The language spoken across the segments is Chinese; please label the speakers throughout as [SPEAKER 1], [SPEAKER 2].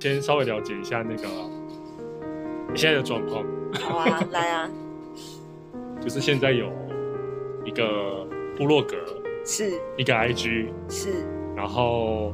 [SPEAKER 1] 先稍微了解一下那个你现在的状况，
[SPEAKER 2] 好啊，来啊，
[SPEAKER 1] 就是现在有一个部落格，
[SPEAKER 2] 是
[SPEAKER 1] 一个 IG，
[SPEAKER 2] 是，
[SPEAKER 1] 然后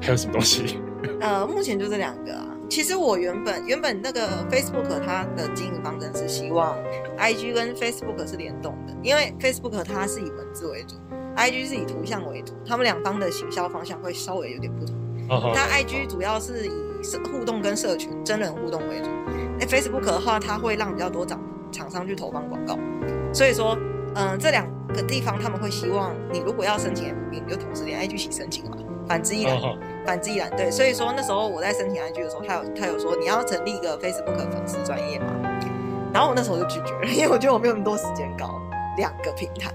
[SPEAKER 1] 还有什么东西？
[SPEAKER 2] 呃，目前就这两个啊。其实我原本原本那个 Facebook 它的经营方针是希望 IG 跟 Facebook 是联动的，因为 Facebook 它是以文字为主，IG 是以图像为主，他们两方的行销方向会稍微有点不同。
[SPEAKER 1] 哦
[SPEAKER 2] 它 IG 主要是以社互动跟社群真人互动为主，那 Facebook 的话，它会让比较多厂厂商去投放广告，所以说，嗯、这两个地方他们会希望你如果要申请 FB，你就同时连 IG 一起申请嘛，反之亦然。
[SPEAKER 1] 哦
[SPEAKER 2] 反之亦然。对，所以说那时候我在申请 IG 的时候，他有他有说你要成立一个 Facebook 粉丝专业嘛，然后我那时候就拒绝了，因为我觉得我没有那么多时间搞两个平台。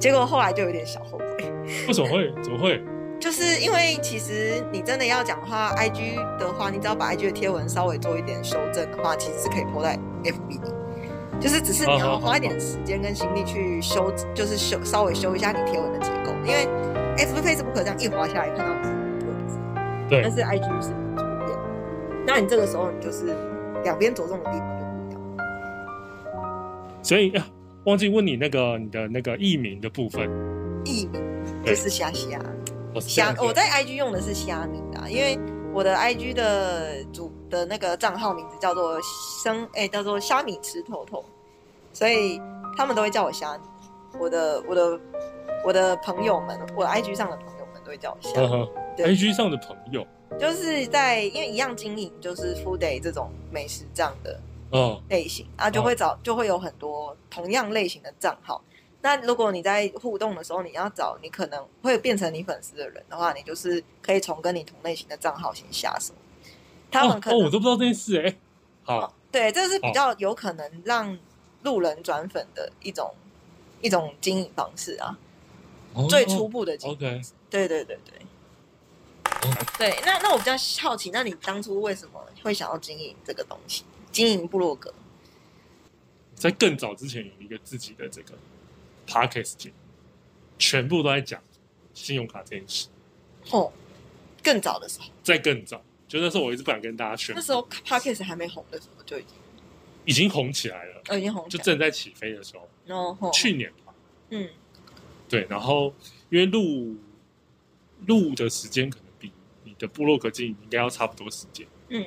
[SPEAKER 2] 结果后来就有点小后悔，
[SPEAKER 1] 为什么会？怎么会？
[SPEAKER 2] 就是因为其实你真的要讲的话，IG 的话，你只要把 IG 的贴文稍微做一点修正的话，其实是可以 PO 在 FB 里。就是只是你要花一点时间跟心力去修，就是修稍微修一下你贴文的结构，因为 FB、Facebook 这样一滑下来看到的是文字，
[SPEAKER 1] 对
[SPEAKER 2] 但是 IG 是图片，那你这个时候你就是两边着重的地方就不一样。
[SPEAKER 1] 所以啊，忘记问你那个你的那个艺名的部分。
[SPEAKER 2] 艺名
[SPEAKER 1] 对
[SPEAKER 2] 就是虾虾
[SPEAKER 1] 我是这
[SPEAKER 2] 虾
[SPEAKER 1] 样，子
[SPEAKER 2] 我在 IG 用的是虾名啊，因为我的 IG 的主的那个账号名字叫做生哎、叫做虾米吃头头，所以他们都会叫我虾米。我的我的我的朋友们，我的 IG 上的朋友们都会叫我虾
[SPEAKER 1] 嗯
[SPEAKER 2] 米，
[SPEAKER 1] 哼
[SPEAKER 2] 对
[SPEAKER 1] ，IG 上的朋友，
[SPEAKER 2] 就是在因为一样经营就是 Food Day 这种美食这样的
[SPEAKER 1] 哦，
[SPEAKER 2] 类型啊，就会找就会有很多同样类型的账号。那如果你在互动的时候，你要找你可能会变成你粉丝的人的话，你就是可以从跟你同类型的账号先下手。他们
[SPEAKER 1] 哦，
[SPEAKER 2] 可
[SPEAKER 1] 哦，
[SPEAKER 2] 能、哦
[SPEAKER 1] 我都不知道这哦件事哎。好，
[SPEAKER 2] 对，这是比较有可能让路人转粉的一种一种经营方式啊，
[SPEAKER 1] 哦
[SPEAKER 2] 最初步的经营。
[SPEAKER 1] OK，
[SPEAKER 2] 对对对对
[SPEAKER 1] 哦。
[SPEAKER 2] 对，那那我比较好奇，那你当初为什么会想要经营这个东西，经营部落格？
[SPEAKER 1] 在更早之前有一个自己的这个 podcast 节目，全部都在讲信用卡这件事。
[SPEAKER 2] 哦，更早的时候。
[SPEAKER 1] 再更早，就那时候我一直不敢跟大家宣
[SPEAKER 2] 那
[SPEAKER 1] 布，
[SPEAKER 2] 时候 podcast 还没红的时候就已经，
[SPEAKER 1] 已经红起来了，
[SPEAKER 2] 呃、已经红起
[SPEAKER 1] 就
[SPEAKER 2] 来，
[SPEAKER 1] 正在起飞的时候，
[SPEAKER 2] 然后吼
[SPEAKER 1] 去年吧，
[SPEAKER 2] 嗯，
[SPEAKER 1] 对，然后因为录录的时间可能比你的部落格经营应该要差不多时间，
[SPEAKER 2] 嗯，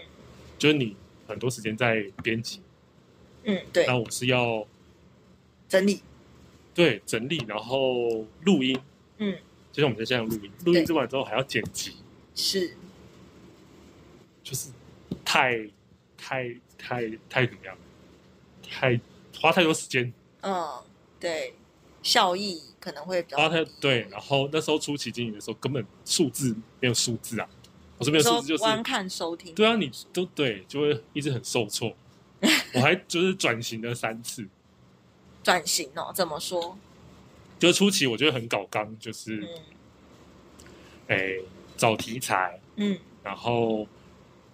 [SPEAKER 1] 就是你很多时间在编辑，
[SPEAKER 2] 嗯，对，
[SPEAKER 1] 那我是要
[SPEAKER 2] 整理，
[SPEAKER 1] 对整理，然后录音，
[SPEAKER 2] 嗯，
[SPEAKER 1] 就像我们现在录音，录音
[SPEAKER 2] 对
[SPEAKER 1] 之完之后还要剪辑，
[SPEAKER 2] 是
[SPEAKER 1] 就是太太太太怎么样，太花太多时间。
[SPEAKER 2] 嗯，对，效益可能会比较
[SPEAKER 1] 然后他
[SPEAKER 2] 低
[SPEAKER 1] 对，然后那时候初期经营的时候，根本数字没有数字啊，我说没有数
[SPEAKER 2] 说
[SPEAKER 1] 字就是
[SPEAKER 2] 观看收听，
[SPEAKER 1] 对啊，你都对，就会一直很受 挫。我还就是转型了三次，
[SPEAKER 2] 转型哦，怎么说？
[SPEAKER 1] 就是初期我觉得很搞纲，就是
[SPEAKER 2] 嗯
[SPEAKER 1] 诶、找题材，
[SPEAKER 2] 嗯，
[SPEAKER 1] 然后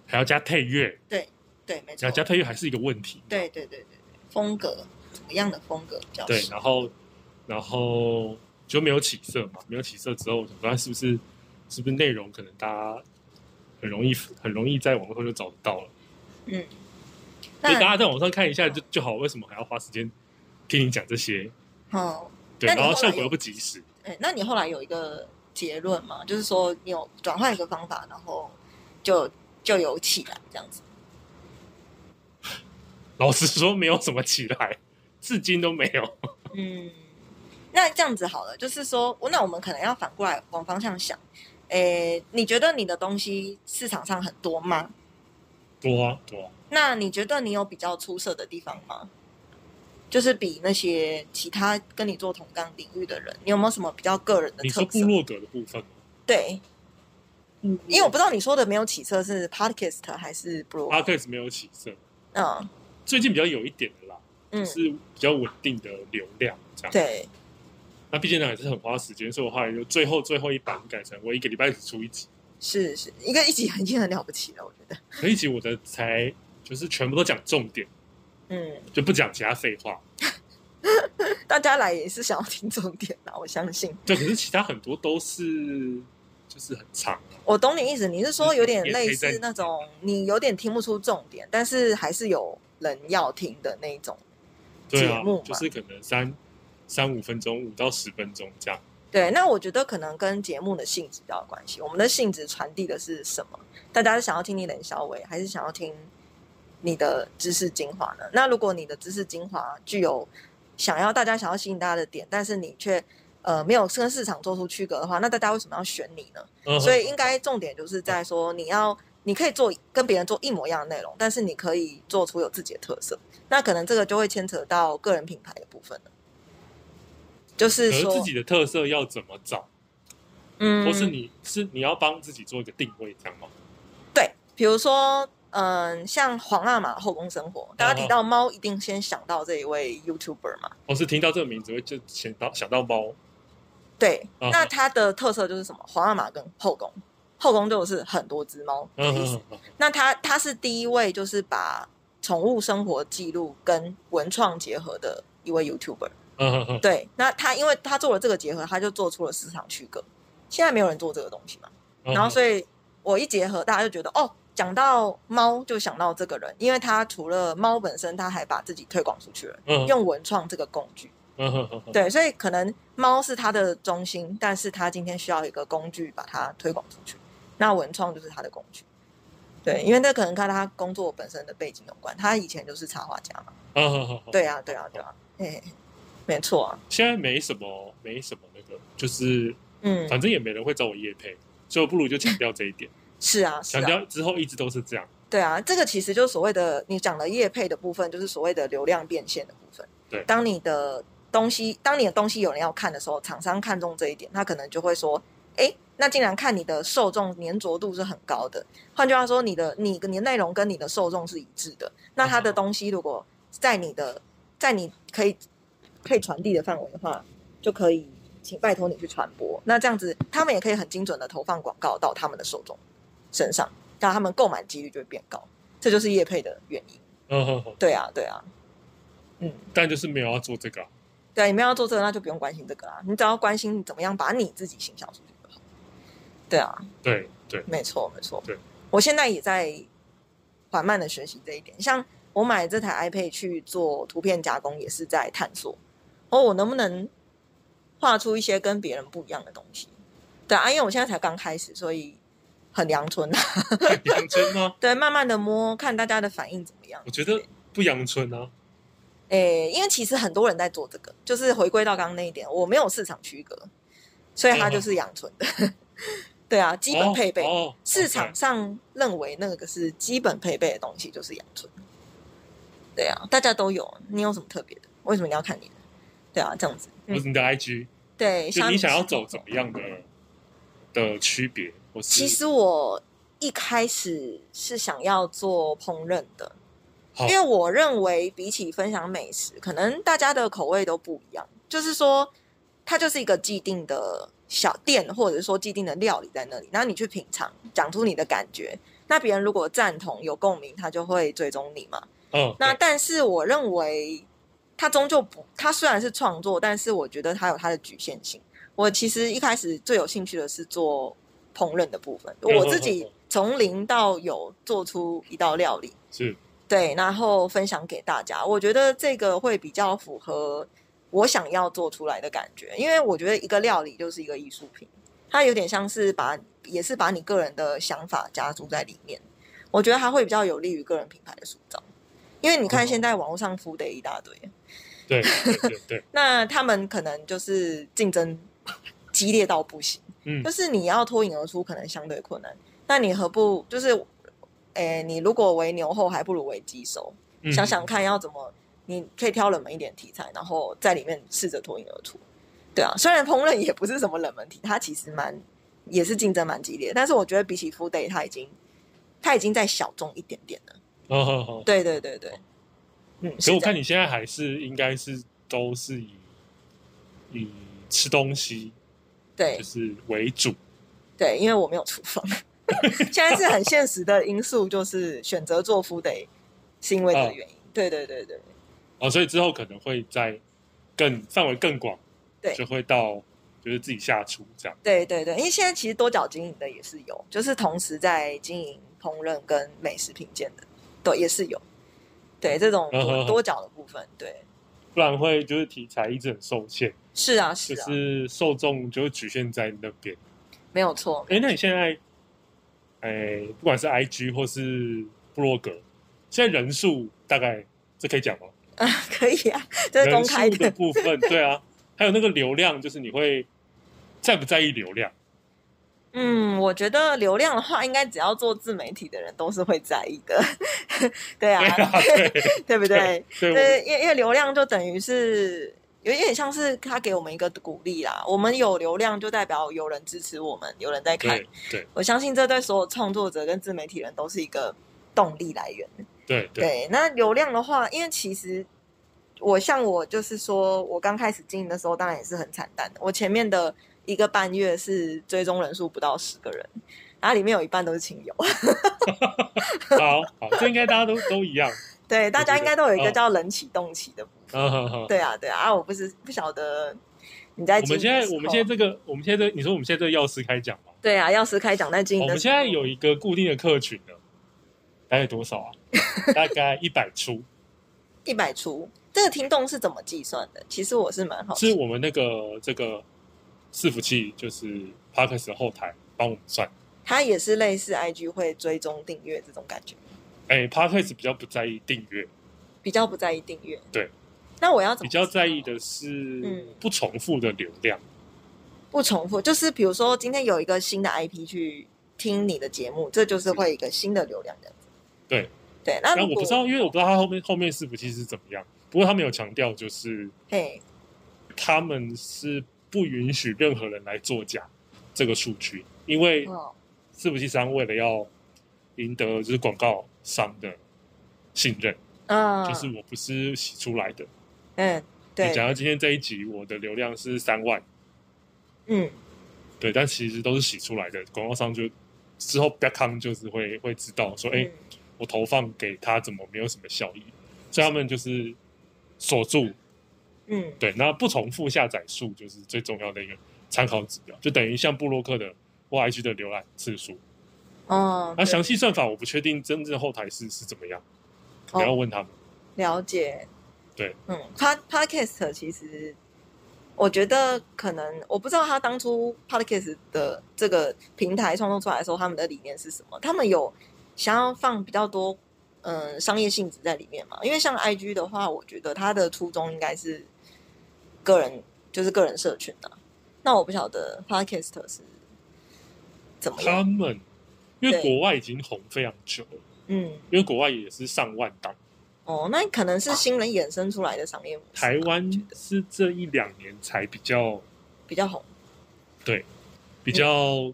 [SPEAKER 1] 还要加配乐，
[SPEAKER 2] 对，没错
[SPEAKER 1] 然后，加配乐还是一个问题。
[SPEAKER 2] 对对对对对，风格怎么样的风格比较
[SPEAKER 1] 对，
[SPEAKER 2] 适合
[SPEAKER 1] 然后然后就没有起色嘛，没有起色之后，我想说是不是是不是内容可能大家很容易很容易在网络上就找得到了。
[SPEAKER 2] 嗯，
[SPEAKER 1] 所以大
[SPEAKER 2] 那
[SPEAKER 1] 家在网上看一下就就好，为什么还要花时间听你讲这些？
[SPEAKER 2] 哦，
[SPEAKER 1] 对，
[SPEAKER 2] 那你
[SPEAKER 1] 然后
[SPEAKER 2] 后来
[SPEAKER 1] 效果
[SPEAKER 2] 有
[SPEAKER 1] 又不及时。
[SPEAKER 2] 哎、那你后来有一个结论吗？就是说你有转换一个方法，然后就就有起来这样子。
[SPEAKER 1] 老实说，没有什么起来，至今都没有。
[SPEAKER 2] 嗯，那这样子好了，就是说，那我们可能要反过来往方向想。诶，你觉得你的东西市场上很多吗？
[SPEAKER 1] 多啊多啊，
[SPEAKER 2] 那你觉得你有比较出色的地方吗？就是比那些其他跟你做同岗领域的人，你有没有什么比较个人的
[SPEAKER 1] 你
[SPEAKER 2] 特
[SPEAKER 1] 说
[SPEAKER 2] 色
[SPEAKER 1] 部？落格的部分吗，
[SPEAKER 2] 对，
[SPEAKER 1] 嗯，
[SPEAKER 2] 因为我不知道你说的没有起色是 podcast 还是 blog。
[SPEAKER 1] podcast 没有起色，
[SPEAKER 2] 嗯
[SPEAKER 1] 最近比较有一点的啦，
[SPEAKER 2] 嗯，
[SPEAKER 1] 啊是啊比较稳定的流量这样。
[SPEAKER 2] 对，
[SPEAKER 1] 那毕竟呢也是很花时间，所以我后来就最后最后一版改成我一个礼拜只出一集，
[SPEAKER 2] 是是，一个一集已经很了不起了，我觉得。
[SPEAKER 1] 可一集我的才就是全部都讲重点，
[SPEAKER 2] 嗯，
[SPEAKER 1] 就不讲其他废话。
[SPEAKER 2] 大家来也是想要听重点啦，我相信。
[SPEAKER 1] 对，可是其他很多都是就是很长。
[SPEAKER 2] 我懂你意思，你是说有点类
[SPEAKER 1] 也可以
[SPEAKER 2] 似
[SPEAKER 1] 在
[SPEAKER 2] 那种你有点听不出重点，但是还是有人要听的那一种。
[SPEAKER 1] 对
[SPEAKER 2] 节
[SPEAKER 1] 啊
[SPEAKER 2] 目嘛，
[SPEAKER 1] 就是可能三三五分钟，五到十分钟这样。
[SPEAKER 2] 对，那我觉得可能跟节目的性质比较有关系。我们的性质传递的是什么？大家是想要听你冷小伟，还是想要听你的知识精华呢？那如果你的知识精华具有想要大家想要吸引大家的点，但是你却呃没有跟市场做出区隔的话，那大家为什么要选你呢？
[SPEAKER 1] 嗯
[SPEAKER 2] 所以应该重点就是在说，你要你可以做跟别人做一模一样的内容，但是你可以做出有自己的特色。那可能这个就会牵扯到个人品牌的部分了，就是
[SPEAKER 1] 可是
[SPEAKER 2] 说，
[SPEAKER 1] 自己的特色要怎么找，
[SPEAKER 2] 嗯，
[SPEAKER 1] 或是你是你要帮自己做一个定位，这样吗？
[SPEAKER 2] 对，比如说，嗯，像皇阿玛后宫生活，大
[SPEAKER 1] 哦
[SPEAKER 2] 家提到猫，一定先想到这一位 YouTuber 嘛。
[SPEAKER 1] 或是听到这个名字会就想到想到猫，
[SPEAKER 2] 对，
[SPEAKER 1] 嗯
[SPEAKER 2] 那它的特色就是什么？皇阿玛跟后宫，后宫就是很多只猫的
[SPEAKER 1] 嗯
[SPEAKER 2] 意思。
[SPEAKER 1] 嗯嗯
[SPEAKER 2] 那他他是第一位就是把宠物生活记录跟文创结合的一位 YouTuber。
[SPEAKER 1] 嗯嗯，
[SPEAKER 2] 对，那他因为他做了这个结合，他就做出了市场区隔。现在没有人做这个东西嘛，
[SPEAKER 1] 嗯
[SPEAKER 2] 然后所
[SPEAKER 1] 以
[SPEAKER 2] 以我一结合，大家就觉得哦，讲到猫就想到这个人，因为他除了猫本身，他还把自己推广出去了，
[SPEAKER 1] 嗯
[SPEAKER 2] 用文创这个工具。
[SPEAKER 1] 用
[SPEAKER 2] 对，所以可能猫是他的中心，但是他今天需要一个工具把它推广出去，那文创就是他的工具。对，因为那可能跟他工作本身的背景有关，他以前就是插画家嘛。
[SPEAKER 1] 哦
[SPEAKER 2] 对啊，对啊，对啊，嘿嘿，嘿没错啊，
[SPEAKER 1] 现在没什么没什么那个，就是
[SPEAKER 2] 嗯，
[SPEAKER 1] 反正也没人会找我叶配，所以我不如就强调这一点，
[SPEAKER 2] 是啊，是
[SPEAKER 1] 强
[SPEAKER 2] 啊，
[SPEAKER 1] 调之后一直都是这样。
[SPEAKER 2] 对啊，这个其实就是所谓的你讲的业配的部分，就是所谓的流量变现的部分。
[SPEAKER 1] 对
[SPEAKER 2] 当你的东西，当你的东西有人要看的时候，厂商看中这一点，他可能就会说，诶，那竟然看你的受众粘着度是很高的，换句话说，你的你你的内容跟你的受众是一致的，那他的东西如果在你的在你可以可以传递的范围的话，就可以请拜托你去传播。那这样子，他们也可以很精准的投放广告到他们的受众身上，让他们购买几率就会变高。这就是业配的原因。
[SPEAKER 1] 嗯哼哼
[SPEAKER 2] 对啊，对啊，嗯，
[SPEAKER 1] 但就是没有要做这个啊，
[SPEAKER 2] 对啊，你们要做这个，那就不用关心这个啦。你只要关心怎么样把你自己形象出去就好。对啊，
[SPEAKER 1] 对对，
[SPEAKER 2] 没错，没错。
[SPEAKER 1] 对，
[SPEAKER 2] 我现在也在缓慢的学习这一点。像我买这台 iPad 去做图片加工，也是在探索，哦，我能不能画出一些跟别人不一样的东西？对啊，因为我现在才刚开始，所以很阳春啊。
[SPEAKER 1] 阳春吗？
[SPEAKER 2] 对，慢慢的摸，看大家的反应怎么样
[SPEAKER 1] 我。觉得不阳春啊，
[SPEAKER 2] 诶，因为其实很多人在做这个，就是回归到刚刚那一点，我没有市场区隔，所以它就是阳春的。 对啊，基本配备。
[SPEAKER 1] 嗯哦，哦
[SPEAKER 2] 市场上认为那个是基本配备的东西，就是养尊。对啊，大家都有，你有什么特别的？为什么你要看你的？对啊，这样子，
[SPEAKER 1] OK 或
[SPEAKER 2] 嗯，
[SPEAKER 1] 是你的 IG，
[SPEAKER 2] 对，
[SPEAKER 1] 就
[SPEAKER 2] 像
[SPEAKER 1] 你想要走怎么样的的区别，或是
[SPEAKER 2] 其实我一开始是想要做烹饪的，
[SPEAKER 1] 好
[SPEAKER 2] 因为我认为比起分享美食，可能大家的口味都不一样。就是说，它就是一个既定的小店，或者说既定的料理在那里，然后你去品尝，讲出你的感觉。那别人如果赞同、有共鸣，他就会追踪你嘛。
[SPEAKER 1] 嗯，
[SPEAKER 2] 那
[SPEAKER 1] 对
[SPEAKER 2] 但是我认为，它终究不，它虽然是创作，但是我觉得它有它的局限性。我其实一开始最有兴趣的是做烹饪的部分，
[SPEAKER 1] 嗯
[SPEAKER 2] 我
[SPEAKER 1] 嗯
[SPEAKER 2] 自
[SPEAKER 1] 嗯
[SPEAKER 2] 己
[SPEAKER 1] 嗯
[SPEAKER 2] 从零到有做出一道料理，
[SPEAKER 1] 是
[SPEAKER 2] 对，然后分享给大家。我觉得这个会比较符合我想要做出来的感觉，因为我觉得一个料理就是一个艺术品，它有点像是把也是把你个人的想法加注在里面。我觉得它会比较有利于个人品牌的塑造，因为你看
[SPEAKER 1] 嗯
[SPEAKER 2] 现在网络上 food 的一大堆，
[SPEAKER 1] 对对对 对，
[SPEAKER 2] 那他们可能就是竞争激烈到不行，
[SPEAKER 1] 嗯
[SPEAKER 2] 就是你要脱颖而出，可能相对困难。那你何不就是，诶、你如果为牛后，还不如为鸡首。
[SPEAKER 1] 嗯
[SPEAKER 2] 想想看要怎么，你可以挑冷门一点题材，然后在里面试着脱颖而出。对啊，虽然烹饪也不是什么冷门题，它其实蛮也是竞争蛮激烈，但是我觉得比起 Food Day，它已经它已经在小众一点点了。
[SPEAKER 1] 哦好好。
[SPEAKER 2] 对对对对，嗯，
[SPEAKER 1] 可我看
[SPEAKER 2] 你
[SPEAKER 1] 你现在还是应该是都是以以吃东西
[SPEAKER 2] 对
[SPEAKER 1] 就是为主，
[SPEAKER 2] 对，因为我没有厨房， 现在是很现实的因素，就是选择做 Food Day 是因为这个
[SPEAKER 1] 哦
[SPEAKER 2] 原因。对对对对，
[SPEAKER 1] 哦，所以之后可能会在更范围更广，
[SPEAKER 2] 对
[SPEAKER 1] 就会到就是自己下厨这样。
[SPEAKER 2] 对对对，因为现在其实多角经营的也是有，就是同时在经营烹饪跟美食品鉴的，对，也是有。对这种
[SPEAKER 1] 嗯
[SPEAKER 2] 多
[SPEAKER 1] 哼
[SPEAKER 2] 多角的部分，对，
[SPEAKER 1] 不然会就是题材一直很受限，
[SPEAKER 2] 是啊
[SPEAKER 1] 就是
[SPEAKER 2] 啊，
[SPEAKER 1] 是受众就局限在那边。
[SPEAKER 2] 没有错。
[SPEAKER 1] 哎，那你现在，哎，不管是 IG 或是部落格，现在人数大概这可以讲吗？
[SPEAKER 2] 啊，可以啊，这是公开
[SPEAKER 1] 人数的
[SPEAKER 2] 的。
[SPEAKER 1] 部分，对啊，还有那个流量，就是你会在不在意流量？
[SPEAKER 2] 嗯，我觉得流量的话，应该只要做自媒体的人都是会在意的， 对啊
[SPEAKER 1] 对，啊，对
[SPEAKER 2] 对不对？
[SPEAKER 1] 对，我
[SPEAKER 2] 对，因为因为流量就等于是有一点像是他给我们一个鼓励啦，我们有流量就代表有人支持我们，有人在看
[SPEAKER 1] 对。对
[SPEAKER 2] 我相信这对所有创作者跟自媒体人都是一个动力来源。
[SPEAKER 1] 对对
[SPEAKER 2] 对，那流量的话，因为其实我像我就是说，我刚开始经营的时候，当然也是很惨淡的。我前面的一个半月是追踪人数不到十个人，然后里面有一半都是亲友。
[SPEAKER 1] 好好，这应该大家都都一 样。
[SPEAKER 2] 对，大家应该都有一个
[SPEAKER 1] 哦
[SPEAKER 2] 叫冷启动期的部分。
[SPEAKER 1] 啊好好，
[SPEAKER 2] 对啊，对啊，啊，我不是不晓得你在
[SPEAKER 1] 我
[SPEAKER 2] 经
[SPEAKER 1] 们
[SPEAKER 2] 营的
[SPEAKER 1] 现在
[SPEAKER 2] 时
[SPEAKER 1] 我们
[SPEAKER 2] 候
[SPEAKER 1] 现在这个我们现在这你说我们现在这个药师开讲嘛？
[SPEAKER 2] 对啊，要是开讲在经营
[SPEAKER 1] 哦我
[SPEAKER 2] 的
[SPEAKER 1] 们
[SPEAKER 2] 时
[SPEAKER 1] 现
[SPEAKER 2] 候，
[SPEAKER 1] 在有一个固定的客群呢，大概多 少啊？大概一百出，
[SPEAKER 2] 一百出，这个听众是怎么计算的？其实我是蛮好奇
[SPEAKER 1] 是我们那个这个伺服器，就是 Parkes 的后台帮我们算。
[SPEAKER 2] 它也是类似 IG 会追踪订阅这种感觉，
[SPEAKER 1] 哎，Parkes 比较不在意订阅，
[SPEAKER 2] 嗯比较不在意订阅。
[SPEAKER 1] 对，
[SPEAKER 2] 那我要怎
[SPEAKER 1] 比
[SPEAKER 2] 么
[SPEAKER 1] 较
[SPEAKER 2] 知道
[SPEAKER 1] 在意的是
[SPEAKER 2] 嗯
[SPEAKER 1] 不重复的流量。
[SPEAKER 2] 不重复，就是比如说今天有一个新的 IP 去听你的节目，这就是会有一个新的流量这样子。
[SPEAKER 1] 对
[SPEAKER 2] 对，那
[SPEAKER 1] 但
[SPEAKER 2] 如
[SPEAKER 1] 我
[SPEAKER 2] 果
[SPEAKER 1] 不知道，因为我不知道他后面后面伺服器是怎么样。不过他们有强调，就是
[SPEAKER 2] 嘿，
[SPEAKER 1] 他们是不允许任何人来作假这个数据，因为
[SPEAKER 2] 哦，
[SPEAKER 1] 伺服器商为了要赢得就是广告商的信任，
[SPEAKER 2] 嗯，
[SPEAKER 1] 就是我不是洗出来的。
[SPEAKER 2] 嗯，
[SPEAKER 1] 你假
[SPEAKER 2] 对，
[SPEAKER 1] 如今天这一集我的流量是三万，
[SPEAKER 2] 嗯，
[SPEAKER 1] 对，但其实都是洗出来的，广告商就之后 b a c k o n 就是会会知道说，哎、
[SPEAKER 2] 嗯
[SPEAKER 1] 我投放给他怎么没有什么效益，所以他们就是锁住。
[SPEAKER 2] 嗯，
[SPEAKER 1] 对，那不重复下载数就是最重要的一个参考指标，就等于像布洛克的或 IG 的浏览次数。
[SPEAKER 2] 哦，
[SPEAKER 1] 那
[SPEAKER 2] 对
[SPEAKER 1] 详细算法我不确定真正后台是是怎么样，你
[SPEAKER 2] 哦
[SPEAKER 1] 要问他们。
[SPEAKER 2] 了解，
[SPEAKER 1] 对，
[SPEAKER 2] 嗯，pod podcast 其实我觉得可能我不知道他当初 podcast 的这个平台创作出来的时候，他们的理念是什么？他们有想要放比较多嗯、呃商业性质在里面嘛？因为像 IG 的话，我觉得他的初衷应该是个人，就是个人社群啊。那我不晓得 podcast 是怎么
[SPEAKER 1] 他
[SPEAKER 2] 样，
[SPEAKER 1] 们因为
[SPEAKER 2] 对
[SPEAKER 1] 国外已经红非常久了，
[SPEAKER 2] 嗯，
[SPEAKER 1] 因为国外也是上万档，
[SPEAKER 2] 哦，那可能是新人衍生出来的商业模式吧，
[SPEAKER 1] 啊台湾
[SPEAKER 2] 我觉得
[SPEAKER 1] 是这一两年才比较
[SPEAKER 2] 比较红，
[SPEAKER 1] 比较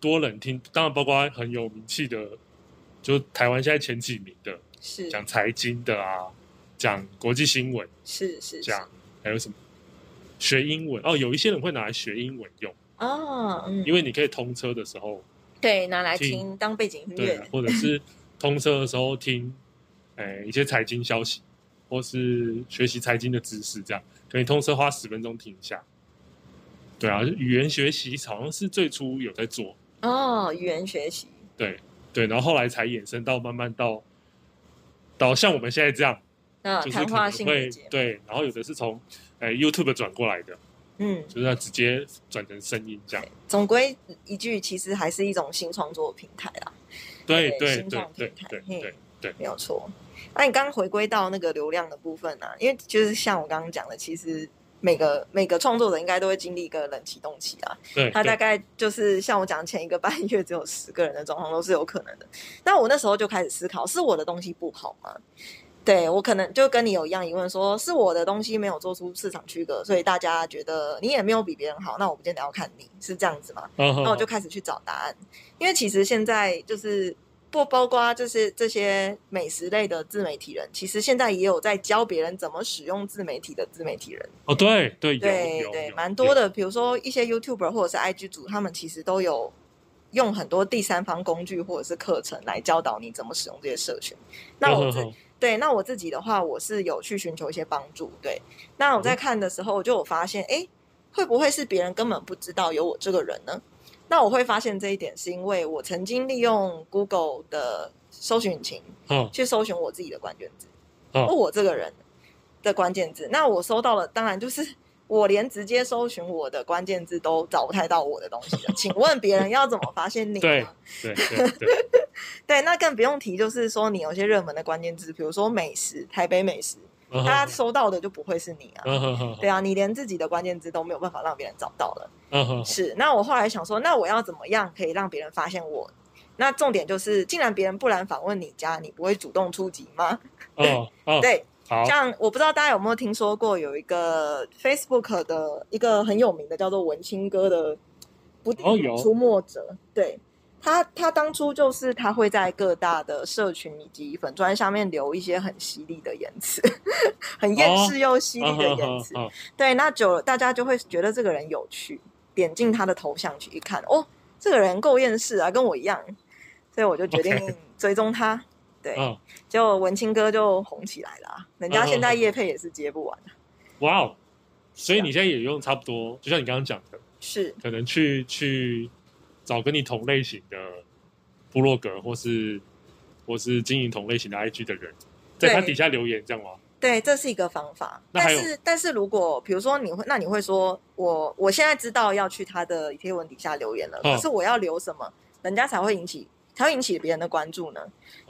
[SPEAKER 1] 多人听，当然包括很有名气的，就台湾现在前几名的，
[SPEAKER 2] 是
[SPEAKER 1] 讲财经的啊，讲国际新闻，
[SPEAKER 2] 是是是。
[SPEAKER 1] 讲还有什么学英文哦，有一些人会拿来学英文用，
[SPEAKER 2] 啊，嗯，
[SPEAKER 1] 因为你可以通车的时候，
[SPEAKER 2] 对，拿来
[SPEAKER 1] 听
[SPEAKER 2] 听当背景音
[SPEAKER 1] 对啊
[SPEAKER 2] 乐，，
[SPEAKER 1] 或者是通车的时候听，哎，一些财经消息，或是学习财经的知识，这样可以通车花十分钟听一下。对啊，语言学习好像是最初有在做，
[SPEAKER 2] 哦，语言学习，
[SPEAKER 1] 对对，然后后来才衍生到慢慢到到像我们现在这样，
[SPEAKER 2] 那
[SPEAKER 1] 就是
[SPEAKER 2] 啊谈
[SPEAKER 1] 可
[SPEAKER 2] 话
[SPEAKER 1] 能
[SPEAKER 2] 性
[SPEAKER 1] 会
[SPEAKER 2] 的节目，
[SPEAKER 1] 对，然后有的是从呃 YouTube 转过来的，
[SPEAKER 2] 嗯，
[SPEAKER 1] 就是它直接转成声音这样。
[SPEAKER 2] 总归一句，其实还是一种新创作平台啦，
[SPEAKER 1] 对
[SPEAKER 2] 对
[SPEAKER 1] 对
[SPEAKER 2] 新
[SPEAKER 1] 对
[SPEAKER 2] 创
[SPEAKER 1] 对
[SPEAKER 2] 平台
[SPEAKER 1] 对
[SPEAKER 2] 嘿
[SPEAKER 1] 对，
[SPEAKER 2] 没有错。那你刚刚回归到那个流量的部分啊，因为就是像我刚刚讲的，其实每个每个创作者应该都会经历一个冷启动期啊，
[SPEAKER 1] 对，
[SPEAKER 2] 他大
[SPEAKER 1] 对
[SPEAKER 2] 概就是像我讲前一个半月只有十个人的状况都是有可能的。那我那时候就开始思考，是我的东西不好吗？对我可能就跟你有一样疑问说，是我的东西没有做出市场区隔，所以大家觉得你也没有比别人好，那我不见得要看你是这样子吗？
[SPEAKER 1] 嗯
[SPEAKER 2] 哦那我就
[SPEAKER 1] 哼
[SPEAKER 2] 开始去找答案，因为其实现在就是不包括就是这些美食类的自媒体人，其实现在也有在教别人怎么使用自媒体的自媒体人。
[SPEAKER 1] 哦，对对有
[SPEAKER 2] 对
[SPEAKER 1] 有
[SPEAKER 2] 对，
[SPEAKER 1] 有
[SPEAKER 2] 蛮
[SPEAKER 1] 有
[SPEAKER 2] 多的。比如说一些 YouTuber 或者是 IG 主，他们其实都有用很多第三方工具或者是课程来教导你怎么使用这些社群。那我
[SPEAKER 1] 嗯
[SPEAKER 2] 自
[SPEAKER 1] 哼
[SPEAKER 2] 对，那我自
[SPEAKER 1] 嗯
[SPEAKER 2] 己的话，我是有去寻求一些帮助。对，那我在看的时候，我就有发现，哎，会不会是别人根本不知道有我这个人呢？那我会发现这一点，是因为我曾经利用 Google 的搜寻引擎
[SPEAKER 1] 嗯
[SPEAKER 2] 去搜寻我自己的关键字，
[SPEAKER 1] 嗯
[SPEAKER 2] 或我这个人的关键字。那我搜到了，当然就是 我连直接搜寻我的关键字都找不太到我的东西了。请问别人要怎么发现你呢？
[SPEAKER 1] 对嗯对对对，
[SPEAKER 2] 对，那更不用提，就是说你有些热门的关键字，比如说美食，台北美食，
[SPEAKER 1] 嗯
[SPEAKER 2] 大家
[SPEAKER 1] 哼
[SPEAKER 2] 搜到的就不会是你啊。
[SPEAKER 1] 嗯哼哼
[SPEAKER 2] 对啊，你连自己的关键字都没有办法让别人找到了。
[SPEAKER 1] 嗯 哼哼
[SPEAKER 2] 是，那我后来想说，那我要怎么样可以让别人发现我？那重点就是，既然别人不然访问你家，你不会主动出击吗？
[SPEAKER 1] 嗯嗯，
[SPEAKER 2] 对，
[SPEAKER 1] 好，
[SPEAKER 2] 像我不知道大家有没有听说过，有一个 Facebook 的一个很有名的叫做文青哥的不定
[SPEAKER 1] 哦
[SPEAKER 2] 的
[SPEAKER 1] 有
[SPEAKER 2] 出没者，对他，他当初就是他会在各大的社群以及粉砖下面留一些很犀利的言辞， 很厌世又犀
[SPEAKER 1] 嗯
[SPEAKER 2] 利的
[SPEAKER 1] 哼
[SPEAKER 2] 言
[SPEAKER 1] 哼
[SPEAKER 2] 辞。
[SPEAKER 1] 哼
[SPEAKER 2] 对，那久了大家就会觉得这个人有趣，点进他的头像去一看，哦，这个人够厌世啊，跟我一样，所以我就决定
[SPEAKER 1] OK
[SPEAKER 2] 追踪他。对，
[SPEAKER 1] 嗯，
[SPEAKER 2] 结果文青哥就红起来了啊、人家现
[SPEAKER 1] 嗯
[SPEAKER 2] 在
[SPEAKER 1] 嗯嗯
[SPEAKER 2] 叶配也是接不完。啊
[SPEAKER 1] 哇哦，所以你现在也用差不多，就像你刚刚讲的，
[SPEAKER 2] 是
[SPEAKER 1] 可能去去找跟你同类型的部落格，或是或是经营同类型的 IG 的人，在他
[SPEAKER 2] 对
[SPEAKER 1] 底下留言，这样吗？
[SPEAKER 2] 对，这是一个方法。
[SPEAKER 1] 那
[SPEAKER 2] 但
[SPEAKER 1] 还有
[SPEAKER 2] 是，但是如果比如说你会，那你会说我我现在知道要去他的贴文底下留言了，
[SPEAKER 1] 嗯
[SPEAKER 2] 可是我要留什么，人家才会引起才会引起别人的关注呢？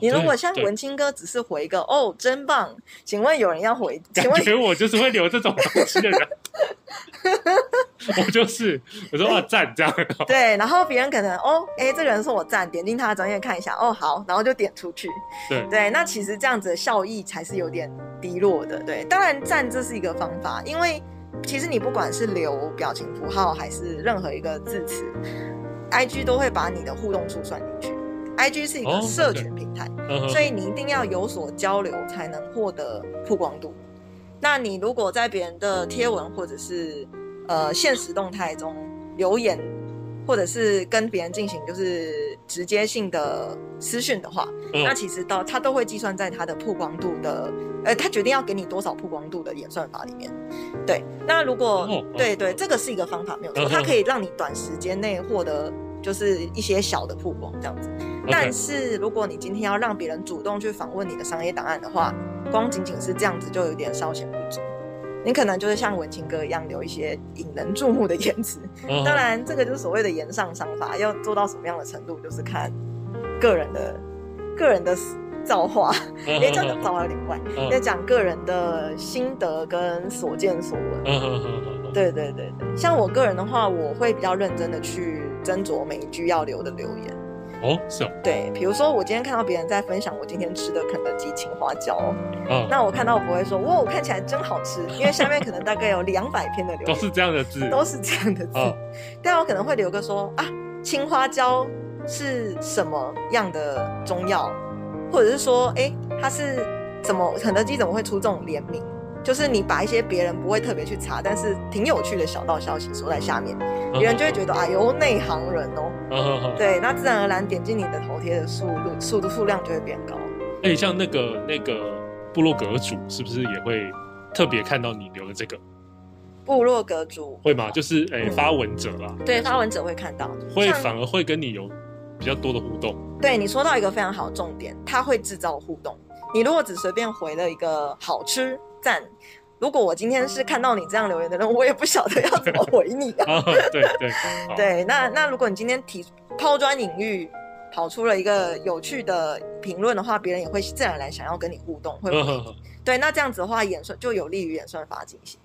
[SPEAKER 2] 你如
[SPEAKER 1] 对
[SPEAKER 2] 果像
[SPEAKER 1] 对
[SPEAKER 2] 文青哥只是回一个哦，真棒，请问有人 要回？
[SPEAKER 1] 感
[SPEAKER 2] 请问
[SPEAKER 1] 觉我就是会留这种东西的人，我就是我说啊赞这样，
[SPEAKER 2] 对，然后别人可能哦，哎，这个人是我赞，点进他的专业看一下，哦，好，然后就点出去。
[SPEAKER 1] 对
[SPEAKER 2] 对，那其实这样子的效益才是有点低落的。对，当然赞这是一个方法，因为其实你不管是留表情符号还是任何一个字词，IG 都会把你的互动数算进去。IG 是一个
[SPEAKER 1] 哦
[SPEAKER 2] 社
[SPEAKER 1] 对
[SPEAKER 2] 群平台，
[SPEAKER 1] 嗯哼
[SPEAKER 2] 所以你一定要有所交流，才能获得曝光度。那你如果在别人的贴文或者是呃现实动态中留言，或者是跟别人进行就是直接性的私讯的话，
[SPEAKER 1] 嗯
[SPEAKER 2] 那其实到他都会计算在他的曝光度的，呃，他决定要给你多少曝光度的演算法里面。对，那如果、
[SPEAKER 1] 哦
[SPEAKER 2] 对对，这个是一个方法没有
[SPEAKER 1] 嗯
[SPEAKER 2] 错，
[SPEAKER 1] 哼
[SPEAKER 2] 它可以让你短时间内获得就是一些小的曝光这样子。但
[SPEAKER 1] OK，
[SPEAKER 2] 是如果你今天要让别人主动去访问你的商业档案的话，光仅仅是这样子就有点稍显不足。你可能就是像文青哥一样留一些引人注目的言辞，
[SPEAKER 1] 嗯哼
[SPEAKER 2] 当然这个就是所谓的言上商法，要做到什么样的程度，就是看个人的个人的 造化。
[SPEAKER 1] 嗯
[SPEAKER 2] 因为这样讲造化有点怪，
[SPEAKER 1] 嗯
[SPEAKER 2] 要讲个人的心得跟所见所闻。
[SPEAKER 1] 嗯哼哼哼哼
[SPEAKER 2] 对对对对，像我个人的话，我会比较认真的去斟酌每一句要留的留言。
[SPEAKER 1] 哦是哦，
[SPEAKER 2] 对，比如说我今天看到别人在分享我今天吃的肯德基青花椒，
[SPEAKER 1] 嗯，
[SPEAKER 2] 那我看到我不会说哇，我看起来真好吃，因为下面可能大概有两百篇的留
[SPEAKER 1] 都
[SPEAKER 2] 言
[SPEAKER 1] 是这样的字，
[SPEAKER 2] 都是这样的字，
[SPEAKER 1] 嗯
[SPEAKER 2] 但我可能会留个说啊，青花椒是什么样的中药，或者是说哎，它是怎么肯德基怎么会出这种联名？就是你把一些别人不会特别去查，但是挺有趣的小道消息说在下面，别人就会觉得哎呦内行人哦，
[SPEAKER 1] 嗯哼哼。
[SPEAKER 2] 对，那自然而然点进你的头贴的速度速度数量就会变高。
[SPEAKER 1] 哎、像那个那个部落格主是不是也会特别看到你留的这个？
[SPEAKER 2] 部落格主
[SPEAKER 1] 会吗？就是哎、
[SPEAKER 2] 嗯
[SPEAKER 1] 发文者啦，
[SPEAKER 2] 对发文者会看到，
[SPEAKER 1] 会
[SPEAKER 2] 像
[SPEAKER 1] 反而会跟你有比较多的互动。
[SPEAKER 2] 对你说到一个非常好的重点，它会制造互动。你如果只随便回了一个好吃赞，如果我今天是看到你这样留言的人，我也不晓得要怎么回你 啊。
[SPEAKER 1] 啊，对对，好，
[SPEAKER 2] 对，那那如果你今天提抛砖引玉，跑出了一个有趣的评论的话，别人也会自然而然想要跟你互动，会
[SPEAKER 1] 嗯
[SPEAKER 2] 回
[SPEAKER 1] 哼
[SPEAKER 2] 你对，那这样子的话，演算就有利于演算法进行。